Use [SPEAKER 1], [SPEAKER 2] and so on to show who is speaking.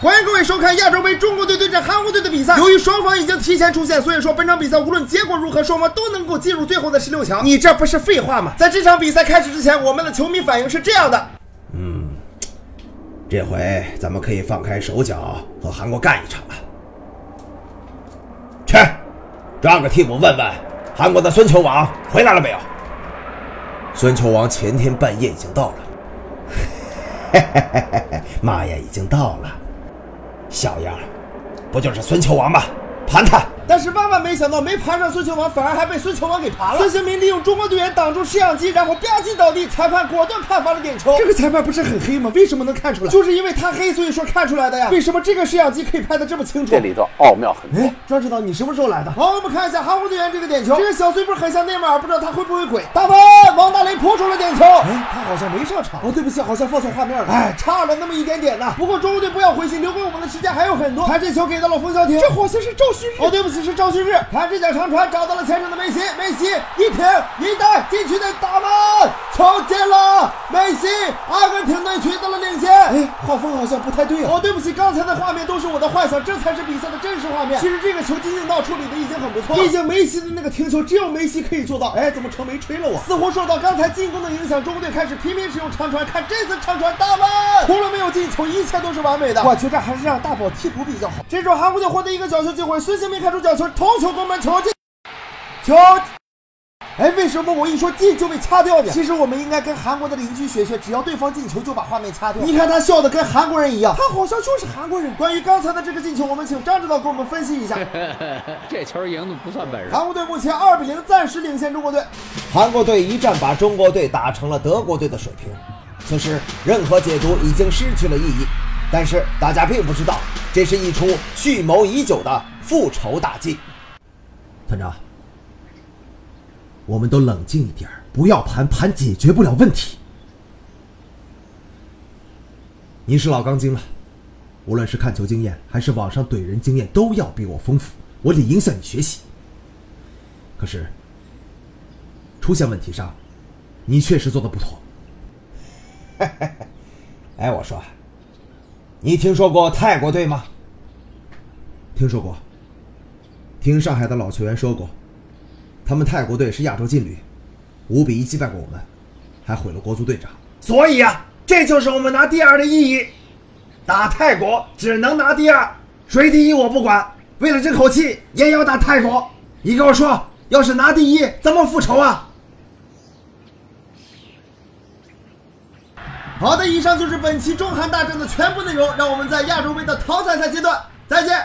[SPEAKER 1] 欢迎各位收看亚洲杯中国队对阵韩国队的比赛。由于双方已经提前出线，所以说本场比赛无论结果如何，双方都能够进入最后的十六强。你这不是废话吗？在这场比赛开始之前，我们的球迷反应是这样的：
[SPEAKER 2] 嗯这回咱们可以放开手脚和韩国干一场了。去，让个替补问问韩国的孙球王回来了没有？孙球王前天半夜已经到了，嘿嘿嘿嘿嘿，妈呀，已经到了，小样儿，不就是孙球王吗？盘他！
[SPEAKER 1] 但是万万没想到，没爬上孙球王，反而还被孙球王给爬了。孙兴民利用中国队员挡住摄像机，然后吧唧倒地，裁判果断判罚了点球。这个裁判不是很黑吗？为什么能看出来？就是因为他黑，所以说看出来的呀。为什么这个摄像机可以拍得这么清楚
[SPEAKER 3] 这？里头奥妙很多
[SPEAKER 2] 嗯
[SPEAKER 1] 哎。，庄指导，你什么时候来的？好，我们看一下韩国队员这个点球，这个小碎步很像内马尔，不知道他会不会鬼。大门，王大雷扑出了点球，哎，他好像没上场。哦，对不起，好像放错画面了。哎，差了那么一点点呐。不过中国队不要灰心，留给我们的时间还有很多。他这球给到了冯潇霆，这好像是赵旭日。哦，对不起，是赵旭日。他这脚长传找到了前场的梅西，梅西一停一带禁区内打门，球进了，梅西阿根廷队取得了领先。哎，画风好像不太对啊。哦，对不起，刚才的画面都是我的幻想，这才是比赛的真实画面。其实这个球金靖道处理的已经很不错了，毕竟梅西的那个停球只有梅西可以做到。哎，怎么成没吹了我？似乎受到刚才进攻的影响，中国队开始频频使用长传，看这次长传大门，除了没有进球，一切都是完美的。我觉着还是让大宝替补比较好。这时候韩国队获得一个角球机会，孙兴民开出角球，头球攻门，球进，球哎，为什么我一说进就被掐掉呢？其实我们应该跟韩国的邻居学学，只要对方进球就把画面掐掉。你看他笑的跟韩国人一样，他好像就是韩国人。关于刚才的这个进球，我们请张指导给我们分析 一下。
[SPEAKER 4] 这球赢的不算本事。
[SPEAKER 1] 韩国队目前二比零暂时领先中国队。
[SPEAKER 2] 韩国队一战把中国队打成了德国队的水平，此时任何解读已经失去了意义。但是大家并不知道，这是一出蓄谋已久的复仇大计。团长，我们都冷静一点儿，不要盘，盘解决不了问题。您是老钢筋了，无论是看球经验还是网上怼人经验，都要比我丰富，我理应向你学习。可是出现问题上，你确实做的不 妥。哎，我说，你听说过泰国队吗？听说过，听上海的老球员说过，他们泰国队是亚洲劲旅，五比一击败过我们，还毁了国足队长。
[SPEAKER 5] 所以啊，这就是我们拿第二的意义。打泰国只能拿第二，谁第一我不管，为了这口气也要打泰国。你给我说，要是拿第一，怎么复仇啊？
[SPEAKER 1] 好的，以上就是本期中韩大战的全部内容。让我们在亚洲杯的淘汰赛阶段再见。